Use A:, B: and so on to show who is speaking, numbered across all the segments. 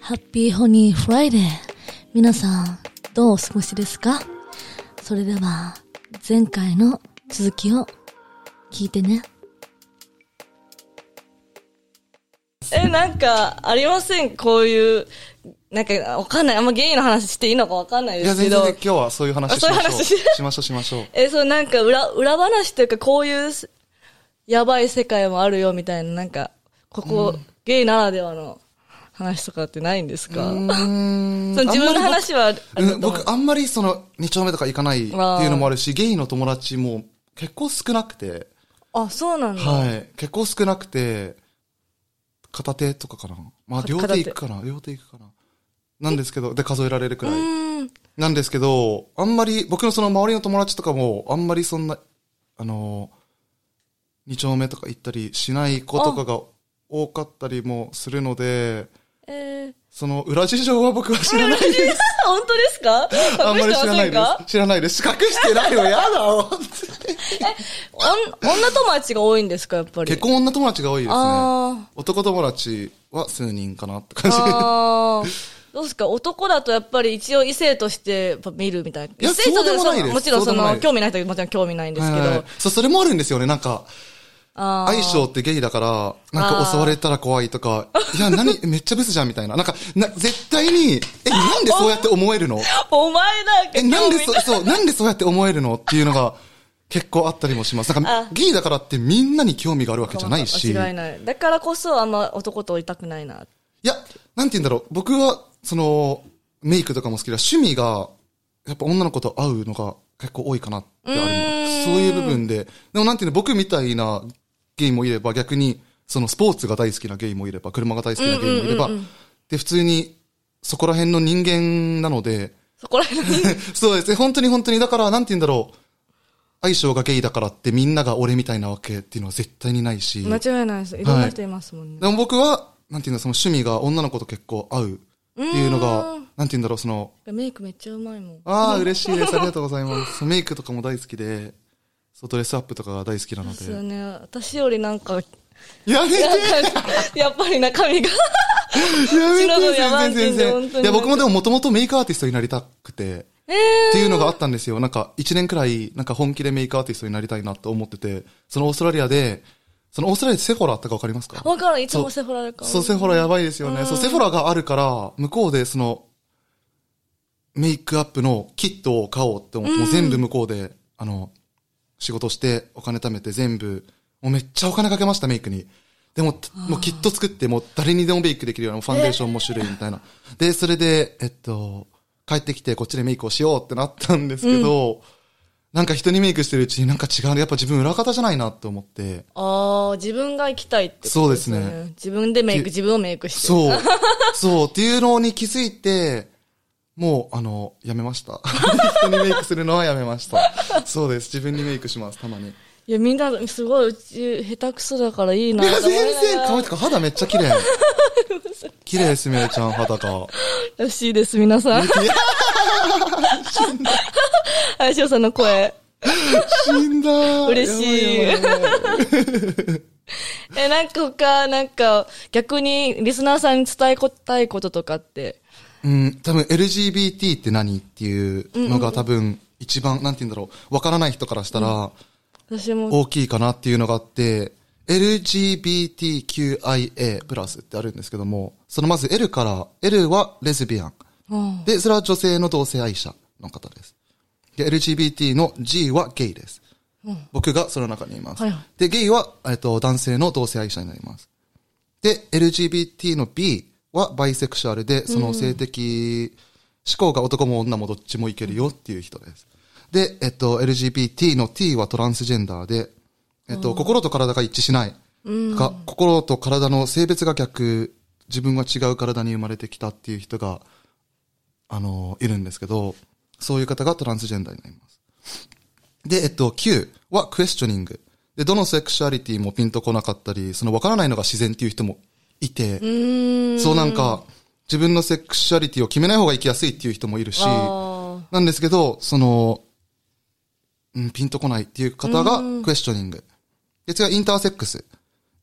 A: ハッピーホニーフライデー。皆さん、どうお過ごしですかそれでは、前回の続きを聞いてね。え、なんか、ありませんこういう、なんか、わかんない。あんまゲイの話していいのかわかんない
B: い
A: で
B: や、
A: す
B: 全
A: け
B: 然
A: ど
B: ね今。日はそういう話し
A: あそ
B: ま
A: ういう話
B: しょう。しましょう、しましょう。
A: え、そうなんか裏、裏話というか、こういうす、やばい世界もあるよみたいな、なんか、ここ、ゲイならではの話とかってないんですか、
B: うーん
A: その自分の話はある
B: あんま
A: と
B: り僕うん
A: 思う
B: 僕、あんまりその、二丁目とか行かないっていうのもあるし、ゲイの友達も結構少なくて、
A: あ、そうなんだ。
B: はい。結構少なくて、片手とかかな。まあ、
A: か
B: 両手行くかな。両手行くかな。なんですけど、で、数えられるく
A: う
B: らい。
A: ーん。
B: なんですけど、あんまり、僕のその周りの友達とかも、あんまりそんな、あの、二丁目とか行ったりしない子とかが多かったりもするので、
A: えー、
B: その裏事情は僕は知らない。
A: 本当ですか
B: あん
A: 隠
B: ま
A: してませ
B: り知らなんい
A: か
B: です。 知らないです。隠してないよ、やだ、本当に
A: おん女友達が多いんですか、やっぱり。
B: 結婚女友達が多いですね。
A: あ
B: 男友達は数人かなって
A: ー
B: 感じ。
A: あー。どうですか男だとやっぱり一応異性としてやっぱ見るみたいな。
B: いや
A: 異性と
B: そうでもない
A: その
B: です
A: もちろん
B: そ
A: そう
B: でもない
A: の、
B: です
A: 興味ない人はもちろん興味ないんですけど。
B: はいはいそう、それもあるんですよね。なんか、
A: あー
B: 相性ってゲイだから、なん
A: あ
B: か
A: ー
B: 襲われたら怖いとか、いや、何、めっちゃブスじゃんみたいな。なんか、な、絶対に、え、なんでそうやって思えるの
A: お前なんか
B: え、なんで
A: 興
B: そ
A: 味、ない
B: そう、なんでそうやって思えるのっていうのが、結構あったりもします。なん
A: あ
B: か、ゲイだからってみんなに興味があるわけじゃないし。
A: 間違いない。だからこそあんま男といたくないな。
B: いや、なんて言うんだろう。僕は、その、メイクとかも好きだし趣味が、やっぱ女の子と会うのが結構多いかなってあるの
A: うーん
B: そういう部分で。でもなんていうの、僕みたいなゲイもいれば、逆に、そのスポーツが大好きなゲイもいれば、車が大好きなゲイもいれば、で、普通に、そこら辺の人間なので、
A: そこら辺に。
B: そうですね、本当に本当に、だから、なんて言うんだろう。相性がゲイだからってみんなが俺みたいなわけっていうのは絶対にないし。
A: 間違いないです。いろんな人いますもんね。
B: でも僕は、なんていうんだ、その趣味が女の子と結構合うっていうのが、なんていうんだろう、その、
A: メイクめっちゃうまいもん。
B: ああ、嬉しいです。ありがとうございます。そうメイクとかも大好きで、そうドレスアップとかが大好きなの
A: ですよ
B: で。
A: ね。私よりなんか、
B: やめてや
A: なんかやっぱり 中身が。うちの子やば
B: め
A: いけ
B: て
A: ど
B: 全然
A: 本
B: 全
A: 当に
B: 然。いや、僕もでももともとメイクアーティストになりたくて、
A: え
B: っていうのがあったんですよ。なんか、一年くらい、なんか本気でメイクアーティストになりたいなと思ってて、そのオーストラリアで、そのオーストラリアでセフォラあったかわかりますか
A: ー、わからん。いつもセフォラだから。
B: そう、セフォラやばいですよね。そう、セフォラがあるから、向こうでその、メイクアップのキットを買おうって思って、もう全部向こうで、あの、仕事して、お金貯めて全部、もうめっちゃお金かけました、メイクに。でも、もうキット作って、もう誰にでもメイクできるようなファンデーションも種類みたいな。で、それで、えっと、帰ってきてこっちでメイクをしようってなったんですけど、なんか人にメイクしてるうちになんか違うね。やっぱ自分裏方じゃないなって思って。
A: ああ、自分が行きたいってこと
B: そうですね
A: よ。自分でメイク、
B: き
A: 自分をメイクして。
B: そう。そう。っていうのに気づいて、もう、あの、やめました。 人にメイクするのはやめました。そうです。自分にメイクします、たまに。い
A: いや、みんな、すごい、うち、下手くそだからいいな
B: や、
A: と思いながら。
B: 全然、可愛いとか、肌めっちゃ綺 麗。綺麗です、みれちゃん、肌が。
A: らしいです、皆さん。
B: いや、
A: 林尾さんの声。
B: 死んだ。
A: 嬉しい
B: やばやばやば
A: え、なんか他、なんか、逆に、リスナーさんに伝えたいこととかって。
B: うん、多分 LGBT って何っていうのが多分一番、なんて言うんだろう、わからない人からしたら、
A: 私も、
B: 大きいかなっていうのがあって、LGBTQIA プラスってあるんですけども、そのまず L から、L はレズビアン。
A: うん
B: で、それは女性の同性愛者の方です。で、LGBT の G はゲイです。僕がその中にいます。
A: はいはい
B: で、ゲイは、えっと、男性の同性愛者になります。で、LGBT の B はバイセクシュアルで、その性的思考が男も女もどっちもいけるよっていう人です。で、えっと、LGBT の T はトランスジェンダーで、えっと、心と体が一致しない。か心と体の性別が逆、自分は違う体に生まれてきたっていう人が、あの、いるんですけど、そういう方がトランスジェンダーになります。で、えっと、Q はクエスチョニング。で、どのセクシュアリティもピンとこなかったり、その分からないのが自然っていう人もいて、そうなんか、自分のセクシュアリティを決めない方が生きやすいっていう人もいるし、
A: あ
B: なんですけど、その、うん、ピンとこないっていう方がクエスチョニング。で、次はインターセックス。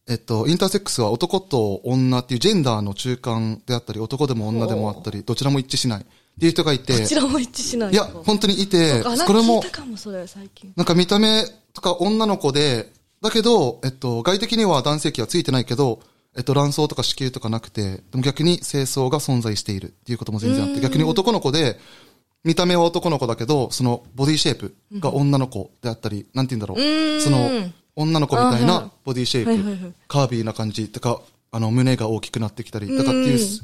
B: えっと、インターセックスは男と女っていうジェンダーの中間であったり、男でも女でもあったり、どちらも一致しないっていう人がいて、
A: こちらも一致しない
B: いや、本当にいて、
A: あ、なんか
B: これ
A: 聞い
B: も
A: た、かも、それ、最近。
B: なんか見た目とか女の子で、だけど、えっと、外的には男性器はついてないけど、えっと、卵巣とか子宮とかなくて、でも逆に精巣が存在しているっていうことも全然あって、逆に男の子で、見た目は男の子だけど、そのボディシェイプが女の子であったり、なんて言うん
A: う
B: だろう。
A: ん
B: その、女の子みたい
A: あはい
B: なボディシェイプ、
A: はいはいはい
B: カービーな感じとか、あの、胸が大きくなってきたり、とかっていうす、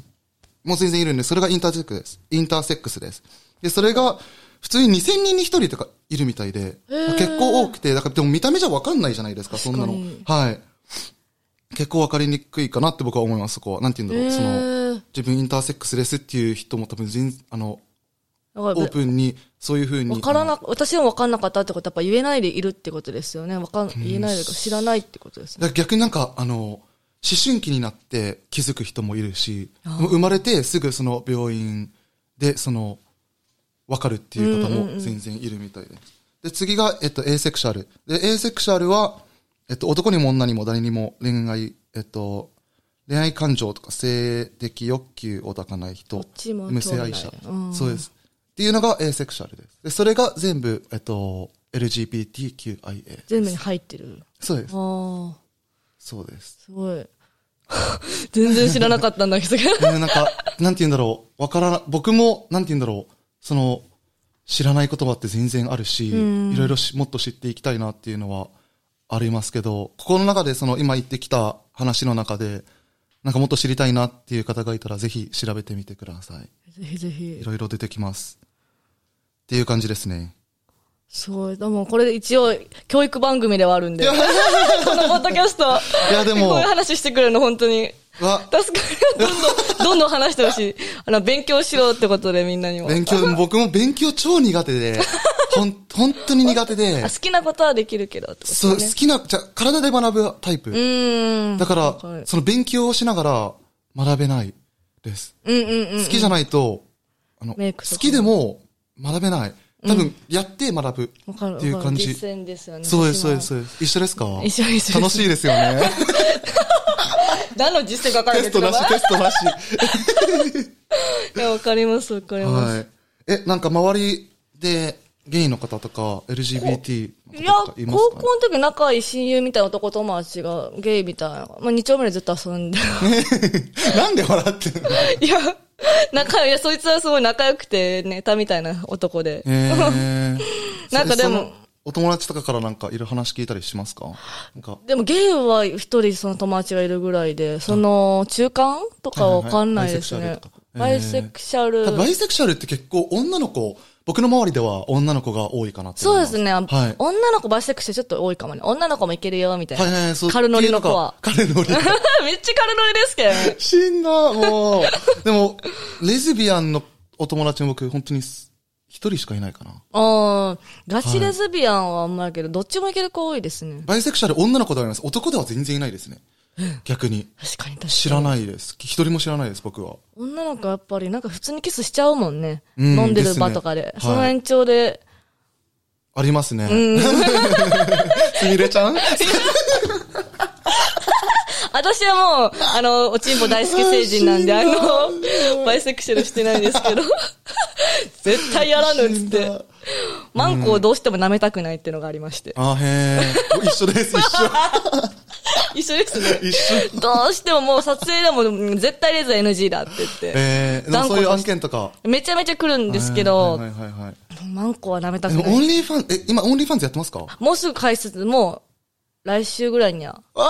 B: もう全然いるんで、それがインターセックスです。インターセックスです。で、それが、普通に2000人に1人とかいるみたいで、結構多くて、だからでも見た目じゃわかんないじゃないですか、そんなの
A: 確かに。
B: はい。結構わかりにくいかなって僕は思います、そこは。なんて言うんだろう。その、
A: えー
B: 自分インターセックスですっていう人も多分全、あの、
A: オ
B: オープンに、そういうふうに。
A: わからな、私もわかんなかったってことは、やっぱ言えないでいるってことですよね。わかん、言えないというか知らないってことですね。
B: だから逆になんか、あの、思春期になって気づく人もいるし、もう生まれてすぐその病院で、その、わかるっていう方も全然いるみたいで。で、次が、えっと、エーセクシャル。で、エーセクシャルは、えっと、男にも女にも誰にも恋愛、えっと、恋愛感情とか性的欲求を抱かない人。
A: っちも興
B: 無
A: 味ない
B: 性愛者、
A: うん
B: そうです。っていうのがエーセクシャルです。で、それが全部、えっと、LGBTQIA。
A: 全部に入ってる。
B: そうです。
A: ああ、
B: そうです。
A: すごい。 全然知らなかったんだけど。
B: でなんか、なんて言うんだろう。わからな、僕も、なんて言うんだろう。その、知らない言葉って全然あるし、いろいろしもっと知っていきたいなっていうのはありますけど、ここの中でその今言ってきた話の中で、なんかもっと知りたいなっていう方がいたら、ぜひ調べてみてください。
A: ぜひぜひ
B: い。ろいろ出てきます。っていう感じですね。
A: すごい。でもこれ一応、教育番組ではあるん で。このポッドキャスト。
B: いや、で
A: こう
B: も
A: いう、話してくれるの、本当に。
B: わ、
A: 助かる。どんどん、どんどん話してほしい。あの、勉強しろってことで、みんなにも。
B: 勉強、僕も勉強超苦手で、ほん、本当に苦手 で
A: あ、好きなことはできるけど、ってことです
B: そう、
A: ね
B: 好きな、じゃあ、体で学ぶタイプ。
A: うーん。
B: だか
A: わる
B: ら、その勉強をしながら学べないです。
A: うんうんうん。
B: 好きじゃないと、あの、
A: メイ
B: 好
A: クとか
B: きでも学べない。多分、やって学ぶ
A: わかる。
B: っていう感じ。
A: 実践ですよね。
B: そうです、そう
A: 私も。
B: です、そうです。一緒ですか
A: 一緒一緒
B: 楽しいです よね。
A: 何の実践かわかる
B: テ
A: んで
B: ス
A: すけ
B: ト
A: ど
B: なし、テストなし。
A: いや、わかります、わかります。
B: はい。え、なんか周りで、ゲイの方とか、LGBT
A: い
B: の
A: や、
B: 方とかいます
A: 高
B: か、
A: 校の時仲いい親友みたいな男友達がゲイみたいな。まあ、二丁目でずっと遊んで。
B: なんで笑っ てんの
A: いや、仲良い、いや、そいつはすごい仲良くて、ネタみたいな男で。
B: えー
A: なんかでも、
B: それそのお友達とかからなんかいる話聞いたりしますかなんか、
A: でもゲイは一人その友達がいるぐらいで、その中間とかはわかんないです
B: はいは
A: ね
B: い。
A: バ
B: バ
A: イ
B: イ
A: セ
B: セ
A: ク
B: ク
A: シャル。
B: 多分バイセクシャルって結構女の子、僕の周りでは女の子が多いかなって
A: そ
B: 思
A: う
B: い
A: で
B: ます。
A: すね。
B: はい。はい
A: 女の子バイセクシャルちょっと多いかもね。女の子もいけるよ、みたいな。
B: はいはい、そう
A: 軽ノリの子は。
B: っていうのが軽ノ リ。
A: めっちゃ軽ノリですけど ね。
B: 死んだ、もう。でも、レズビアンのお友達も僕、本当にす一人しかいないかな。
A: うん。ガチレズビアンはあんまりけど、どっちもいける子多いですね。
B: バイセクシャル女の子ではあります。男では全然いないですね。逆に。
A: 確かに確かに。
B: 知らないです。一人も知らないです、僕は。
A: 女の子はやっぱりなんか普通にキスしちゃうもんね。
B: うん
A: 飲んでる場とかで。
B: ですね
A: その延長で。
B: ありますね。 すみれちゃん
A: 私はもう、あの、おちんぽ大好き成人なんで、あの、バイセクシャルしてないんです けど。絶対やらぬっつっ
B: 死ん
A: て。
B: だ
A: マンコをどうしても舐めたくないっていうのがありまして。
B: あへえ。一緒 です、一緒。
A: 一緒ですね。
B: 一緒。
A: どうしてももう撮影でもうん絶対レーザー NG だって言って。
B: えー、でも
A: 断固
B: そういう案件とか。
A: めちゃめちゃ来るんですけど
B: は、いはいはいはい、
A: マンコは舐めたく
B: で
A: な
B: もオ
A: い。
B: ンリーファン、え、今オンリーファンズやってますか
A: もうすぐ解説、もう、来週ぐらいには。
B: あ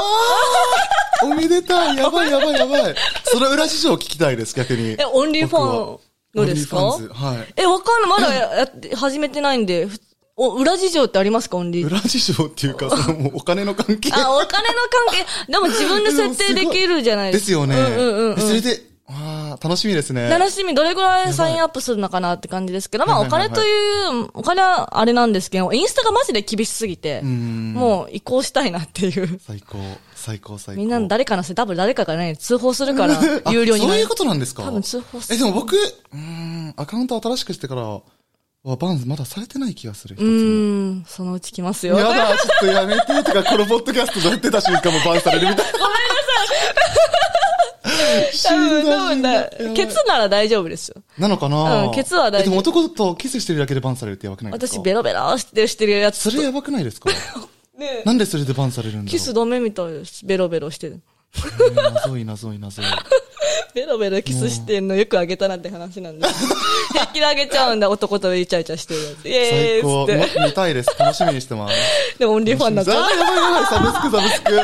B: あおめでたいやばいやばいやばいその裏事情を聞きたいです、逆に。
A: え、オンリーファンのですか
B: オンリーファンズは
A: え、わかんない。まだややって、始めてないんで、ふお、裏事情ってありますかオン
B: い。
A: リー。
B: 裏事情っていうか、そのもうお金の関係。
A: あ、お金の関係、でも自分で設定できるじゃないで
B: で
A: す
B: す
A: か。
B: よね。
A: うんうんうん
B: でそれで、ああ、楽しみですね。
A: 楽しみ、どれぐらいサインアップするのかなって感じですけど、まあ
B: は
A: お
B: いはいは
A: 金
B: い
A: という、お金はあれなんですけど、インスタがマジで厳しすぎて、
B: ん
A: もう移行したいなっていう。
B: 最高、最高、最高。、
A: みんなの誰かのせい、多分誰かがね、通報する から
B: あ
A: 有料に
B: そ
A: な
B: うい
A: る
B: うことなんですか
A: 多分通報する
B: え、でも僕、うーん、アカウント新しくしてから、わ、バンまだされてない気がする。
A: う
B: 一つも
A: ーん、そのうち来ますよ。
B: やだ、ちょっとやめて、とか、このポッドキャスト乗ってた瞬間もバンされるみたいな。
A: 多分、
B: 死んだ
A: 多分だ
B: 死んだやば。い
A: ケツなら大丈夫ですよ。
B: なのかな
A: うんケツは大
B: え
A: 丈
B: で
A: 夫
B: も男とキスしてるだけでバンされるってやばくないですか
A: 私、ベロベロしてしてるやつ。
B: それやばくないですか
A: ねえ
B: なんでそれでバンされるんだろう
A: キスダメみたいです。ベロベロしてる。
B: えー謎い謎い謎い。
A: ベロベロキスしてんのよくあげたなって話なんです平気であげちゃうんだ、男とイチャイチャしてるやつ。イ
B: 最
A: エ
B: 高。
A: ーイっつっ
B: ま見たいです。楽しみにしてます。
A: て。で、オンリー ファンだ
B: やば
A: か
B: い
A: ら。
B: やばいやばい、サブスクサブスク。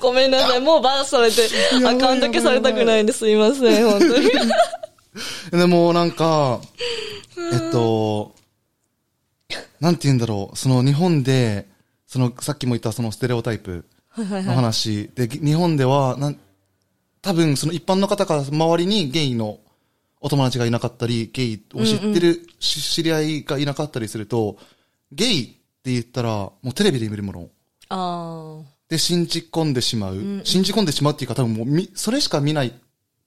A: ごめんなさい。もうバーンされて、
B: ばい
A: アカウント消されたくないんですいません、本当に。
B: でもなんか、えっと、なんて言うんだろう、その日本で、そのさっきも言ったそのステレオタイプの話、で、日本では、なん多分その一般の方から周りにゲイのお友達がいなかったり、ゲイを知ってるし知り合いがいなかったりすると、ゲイって言ったら、もうテレビで見るもの。
A: あ
B: で、信じ込んでしまう。信じ込んでしまうっていうか、多分もうみ、それしか見ない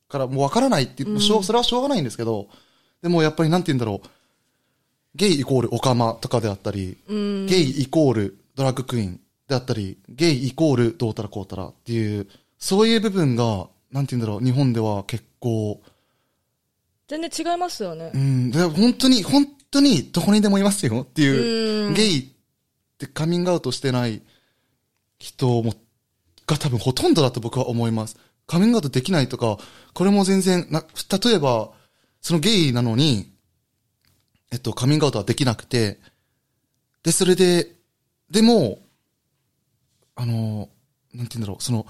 B: から、もうわからないっていう、しょうそれはしょうがないんですけど、でもやっぱりなんて言うんだろう。ゲイイコールオカマとかであったり、ゲイイコールドラッグクイーンであったり、ゲイイコールどうたらこうたらっていう、そういう部分が、なんて言うんだろう、日本では結構、
A: 全然違いますよね
B: う。ん、で本当に、本当にどこにでもいますよっていう、
A: うん
B: ゲイってカミングアウトしてない人も、が多分ほとんどだと僕は思います。カミングアウトできないとか、これも全然な、例えば、そのゲイなのに、えっと、カミングアウトはできなくて、で、それで、でも、あの、なんて言うんだろう、その、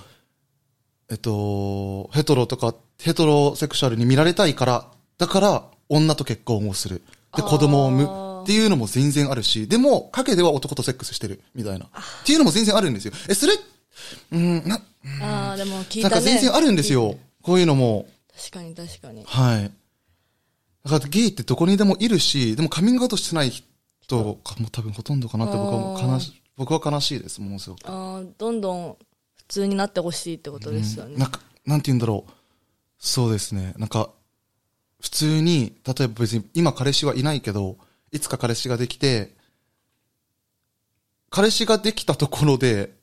B: えっと、ヘトロとか、ヘトロセクシャルに見られたいから、だから、女と結婚をする。
A: あ
B: で、
A: ー
B: 子供を産む。っていうのも全然あるし、でも、陰では男とセックスしてる。みたいな。っていうのも全然あるんですよ。え、それ、うん、な、
A: ああ、でも聞い
B: な
A: たね。
B: んか全然あるんですよ。こういうのも。
A: 確かに確かに。
B: はい。だからゲイってどこにでもいるし、でもカミングアウトしてない人がもう多分ほとんどかなって僕はもう悲し、僕は悲しいです、ものすごく。
A: ああ、どんどん普通になってほしいってことですよ
B: うん
A: ね
B: な。んか、なんて言うんだろう。そうですね。なんか、普通に、例えば別に今彼氏はいないけど、いつか彼氏ができて、彼氏ができたところで、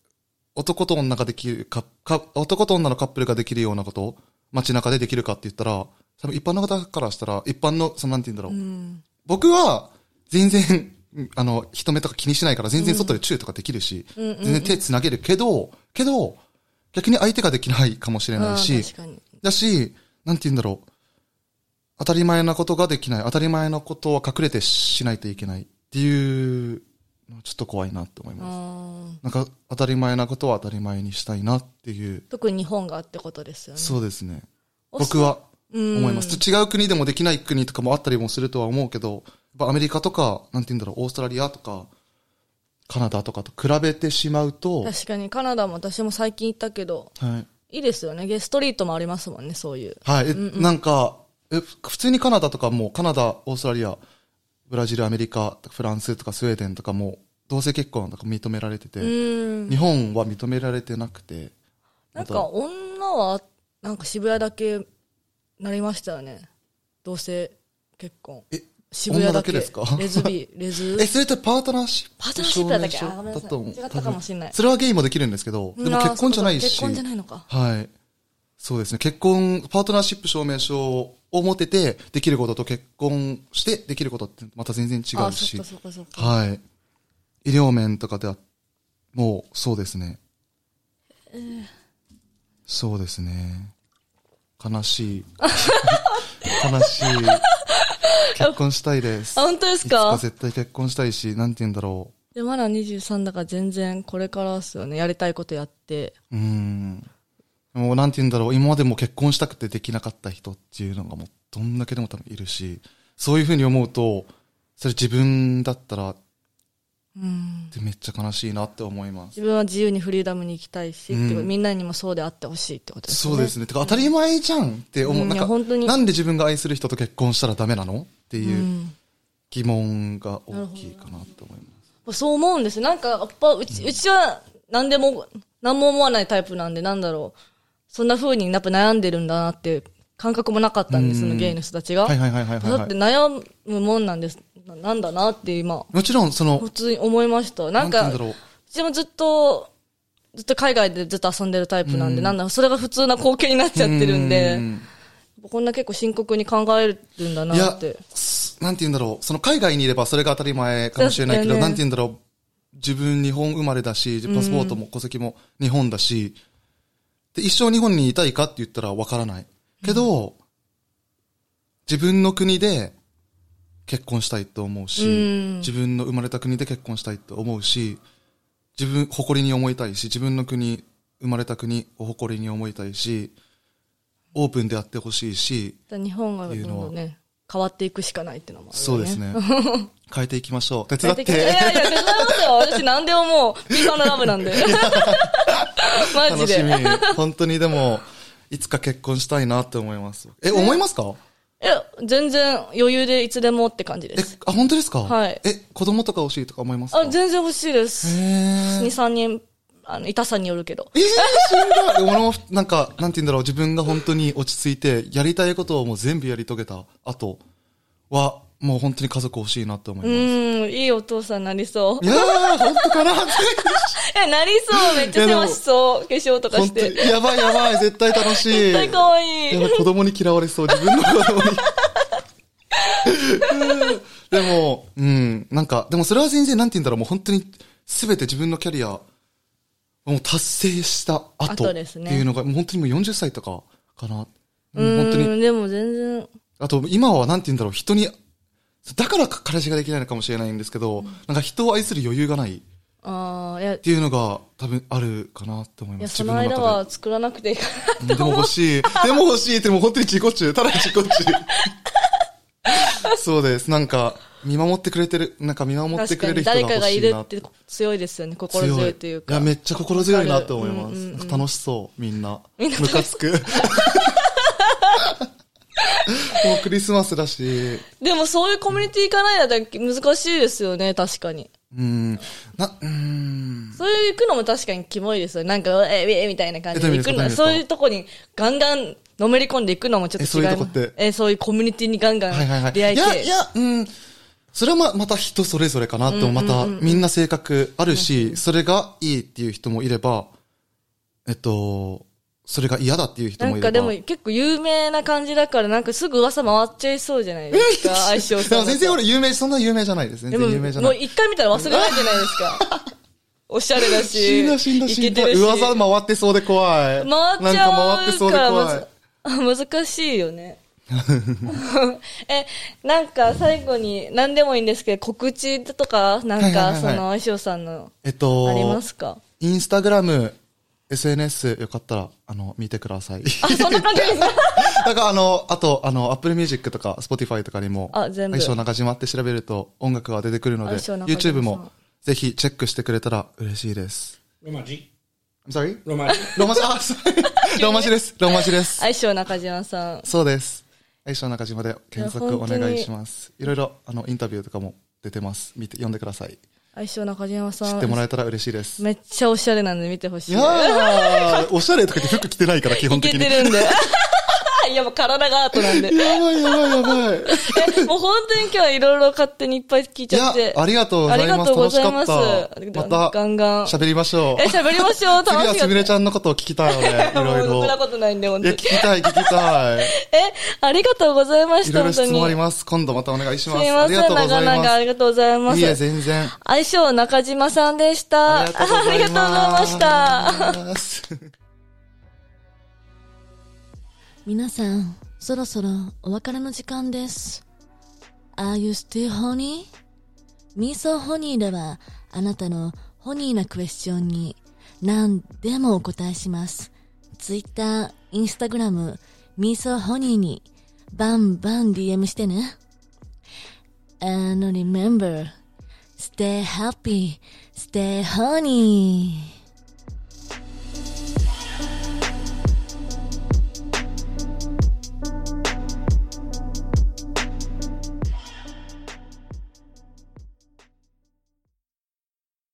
B: 男と女ができるか、か、男と女のカップルができるようなこと、街中でできるかって言ったら、多分一般の方からしたら、一般の、そのなんて言うんだろう。
A: うん。
B: 僕は、全然、 あの、人目とか気にしないから、全然外でチューとかできるし、
A: うんうんうん
B: 全然手つなげるけど、けど、逆に相手ができないかもしれ
A: あ
B: ない
A: あ
B: し
A: 確、かに。
B: だし、なんて言うんだろう。当たり前なことができない。当たり前なことは隠れてしないといけないっていうのはちょっと怖いなって思います。
A: ああ。
B: なんか、当たり前なことは当たり前にしたいなっていう、
A: 特に日本がってことですよね。
B: そうですね。
A: お
B: 僕は
A: うん
B: 思います。違う国でもできない国とかもあったりもするとは思うけど、やっぱアメリカとか、なんて言うんだろう、オーストラリアとか、カナダとかと比べてしまうと、はい。
A: 確かにカナダも私も最近行ったけど、いいですよね。ゲストリートもありますもんね、そういう。
B: はい。えなんか、え普通にカナダとかも、カナダ、オーストラリア、ブラジル、アメリカ、フランスとかスウェーデンとかも、同性結婚とか認められてて、
A: うん。
B: 日本は認められてなくて、
A: なんか女は、なんか渋谷だけなりましたよね。同性結婚。
B: え、
A: 渋谷だけ。
B: 女だけですか
A: レズビー、レズ
B: え、それってパートナーシップ
A: パートナーシップだったっけ
B: 承認書
A: あごめんなさい
B: だと思う
A: 違ったかもしれない
B: 多分それはゲイもできるんですけど、でも結婚じゃないし。
A: 結婚じゃないのか。
B: はい。そうですね。結婚、パートナーシップ証明書を持ってて、できることと結婚してできることってまた全然違
A: あ、
B: う
A: そ
B: し。
A: っかそっかそっか。
B: はい。医療面とかでは、もうそうですね。そうですね。悲 しい。悲しい。結婚したいです。
A: あ、本当で
B: い
A: す
B: つか
A: か
B: 絶対結婚したいし、なんて言うんだろ
A: でまだ23だから全然これからですよね。やりたいことやって。
B: う。うーん。もうなんて言うんだろう。今までも結婚したくてできなかった人っていうのがもうどんだけでも多分いるし、そういうふうに思うと、それ自分だったらっ
A: うん。
B: てめっちゃ悲しいなって思います。
A: 自分は自由にフリーダムに行きたいし、
B: うん
A: ってことみんなにもそうであってほしいってことですね。
B: そうですね。てか当たり前じゃんって思う。
A: うん
B: なん
A: い
B: か
A: や本当に
B: なんで自分が愛する人と結婚したらダメなのって
A: う
B: いうん疑問が大きいかなと思います。
A: そう思うんです。なんか、やっぱ、うち、うちは、何でも、何も思わないタイプなんで、なんだろう。そんな風にやっぱ悩んでるんだなって感覚もなかったんです、そのゲイの人たちが。
B: はいはいはいはいはいはい
A: だって悩むもんなんです、ななんだなって今、
B: もちろん、その
A: 普、通に思いました。なん
B: な
A: か、
B: んて言うんだろ
A: うちもずっと、ずっと海外でずっと遊んでるタイプなんで、なんだろう、それが普通な光景になっちゃってるんで、
B: うん
A: こんな結構深刻に考えるんだ
B: い
A: な
B: や
A: って。、
B: すなんて言うんだろう。その海外にいればそれが当たり前かもしれないけ
A: そう
B: ど、
A: だよね
B: なんて言うんだろう。自分日本生まれだし、パスポートも戸籍も日本だし、で、一生日本にいたいかって言ったらわからない。けど、自分の国で結婚したいと思うし、
A: うん
B: 自分の生まれた国で結婚したいと思うし、自分、誇りに思いたいし、自分の国、生まれた国を誇りに思いたいし、オープンであってほしいし、
A: 日本がどんどんね、変わっていくしかないってのもある
B: そ
A: よ
B: うです。 ね。変えていきましょう。手伝っ
A: いやい
B: て。
A: やいや、手伝いますよ。私何でももう、ピーカーのラブなんで。 マジ
B: 楽しみ
A: で。。
B: 本当にでも、いつか結婚したいなって思います。え、思いますか
A: え、全然余裕でいつでもって感じで
B: え
A: す。、
B: あ、本当ですか
A: はい
B: え、子供とか欲しいとか思いますか
A: あ、全然欲しいです。
B: え
A: 2、
B: ー、
A: 3人、あの、痛さによるけど。
B: えー、死んだ。でも俺も、なんか、なんて言うんだろう、自分が本当に落ち着いて、やりたいことをもう全部やり遂げた後は、もう本当に家族欲しいなって思いうま
A: ーん、いいお父さんなりそう
B: す。い。やー、本当かな
A: え、なりそう。めっちゃ 世
B: いやでも
A: 話しそう。化粧とか
B: 本
A: し
B: 当に。
A: て。
B: やばいやばい、絶対楽しい。
A: 絶対可愛い
B: やばい子供に嫌われそう、自分の子供に。 でも、うん、なんか、でもそれは全然、なんて言うんだろう、もう本当に、すべて自分のキャリア、もう達成した後
A: 後
B: っ
A: で
B: て
A: すね
B: いうのが、もう本当にもう40歳とか、かな。
A: う
B: もう本当に。
A: ーん、でも全然。
B: あと、今はなんて言うんだろう、人に、だからか彼氏ができないのかもしれないんですけど、なんか人を愛する余裕がないっ
A: ああ、いや、い
B: ていうのが多分あるかなって思いま
A: や、
B: す。
A: その
B: 自分
A: 間
B: 中で
A: は作らなくていいか
B: でも欲しい。でも欲しいって、もう本当に自己中。ただ自己中。そうです。なんか、見守ってくれてる、なんか見守
A: ら。
B: っ
A: 確
B: てく
A: か
B: れる
A: に
B: 人
A: 誰
B: が
A: かが
B: 欲
A: い
B: しい
A: る
B: な
A: っ
B: って。
A: て強いですよね。心強いという
B: い
A: か。
B: や、めっちゃ心強いなって思い
A: わ
B: ま
A: か
B: す。
A: るうんうんうん
B: なんか楽しそう、みんな。ムカつく。も うクリスマスだし、
A: でもそういうコミュニティ行かないだと難しいですよね、確かに。
B: うん、な、うん。
A: そういう行くのも確かにキモいですよ。なんか、ええ、えみたいな感じで
B: えどういう意
A: 行
B: 味
A: く
B: ですかどういう
A: の、そうい
B: 意味ですか
A: うとこにガンガンのめり込んでいくのもちょっと違
B: えそういうとこって
A: え、そういうコミュニティにガンガ
B: はいはいは
A: ン
B: い。
A: 出会い系。
B: や、いや、うん。それはま、また人それぞれかなって、またみんな性格あるし、それがいいっていう人もいれば、えっと、それが嫌だっていう人
A: な
B: も
A: ん
B: いれば。
A: かでも結構有名な感じだから、なんかすぐ噂回っちゃいそうじゃないです か、相性
B: でも全然俺有名、そんな有名じゃないです。全
A: でも、
B: 然有名じゃな
A: もう
B: い。
A: 一回見たら忘れないじゃないですか。おしゃれだし。
B: 死んだ死んだ
A: イ
B: 死
A: ケ
B: ん
A: て
B: だ。
A: るし
B: 噂回ってそうで怖い。
A: 回っち
B: なんか回
A: ゃ
B: っ
A: う
B: てそう
A: か
B: で
A: ら
B: 怖い。
A: むず難しいよね。 え、なんか最後に何でもいいんですけど、告知とか、なん
B: はいはい
A: か
B: はい
A: そ
B: はい
A: の、衣装さんの、
B: えっ
A: ありま
B: と、
A: すか
B: インスタグラム、SNS、よかったら、あの、見てください。
A: あ、そんな感じですか
B: だからあの、あと、あの、Apple Music とか Spotify とかにも、
A: あ全部
B: 相性中島って調べると音楽が出てくるので、
A: 相性中島さん
B: YouTube もぜひチェックしてくれたら嬉しいです。
C: ロマ字
B: I'm sorry?
C: ロマ字
B: ローマ字、あ、sorry ローマ字です。ローマ字です。
A: 相性中島さん。
B: そうです。相性中島で
A: い
B: 検
A: や
B: 索お
A: 本当に
B: 願いします。いろいろ、あの、インタビューとかも出てます。見て、読んでください。
A: 相性中島
B: 知
A: さ
B: っても
A: ん。
B: らえたら嬉しいです。
A: めっちゃおしゃれなんで見てほし
B: い
A: い。
B: やー、おしゃれとか言って服着てないから、基本
A: いけ
B: 的に。
A: て
B: や
A: るんで。い や、もう体がアートなんで。
B: ばいやばいやばい。
A: えもう本当に今日はいろいろ勝手にいっぱい聞い
B: い
A: ちゃ
B: や
A: って。、
B: ありがとうござい
A: あり
B: ま
A: がと
B: す。
A: うご
B: 楽し
A: ざい
B: か
A: ま
B: っ
A: す
B: た。ま
A: ガンガン
B: た、喋りましょう。
A: え、喋りましょう。
B: 次
A: 楽
B: は
A: しか
B: す
A: っ
B: み
A: た。
B: れちゃんのことを聞きたい よね。いろい
A: もうろ
B: ろ
A: く。なことないんで、本
B: いや、
A: 当
B: 聞
A: に。
B: きたい、聞 きたい。
A: え、ありがとうございまし
B: い
A: た、
B: ろいろ
A: 本当に。
B: 質問あります。今度またお願いし
A: す
B: ます。
A: みま
B: ありが
A: せ
B: と
A: ん、
B: うござ
A: 長
B: いま。
A: 々ありがとうございます
B: いえ、
A: す。
B: 全然。
A: 相性中島さんでした。
B: ありがとうございま
A: あ
B: す。
A: りがとうございました。
B: した。
D: 皆さん、そろそろお別れの時間です。Are you still honey?Me so honey では、あなたのホニーなクエスチョンに何でもお答えします。Twitter、Instagram、Me so honey にバンバン DM してね。And remember, stay happy, stay honey.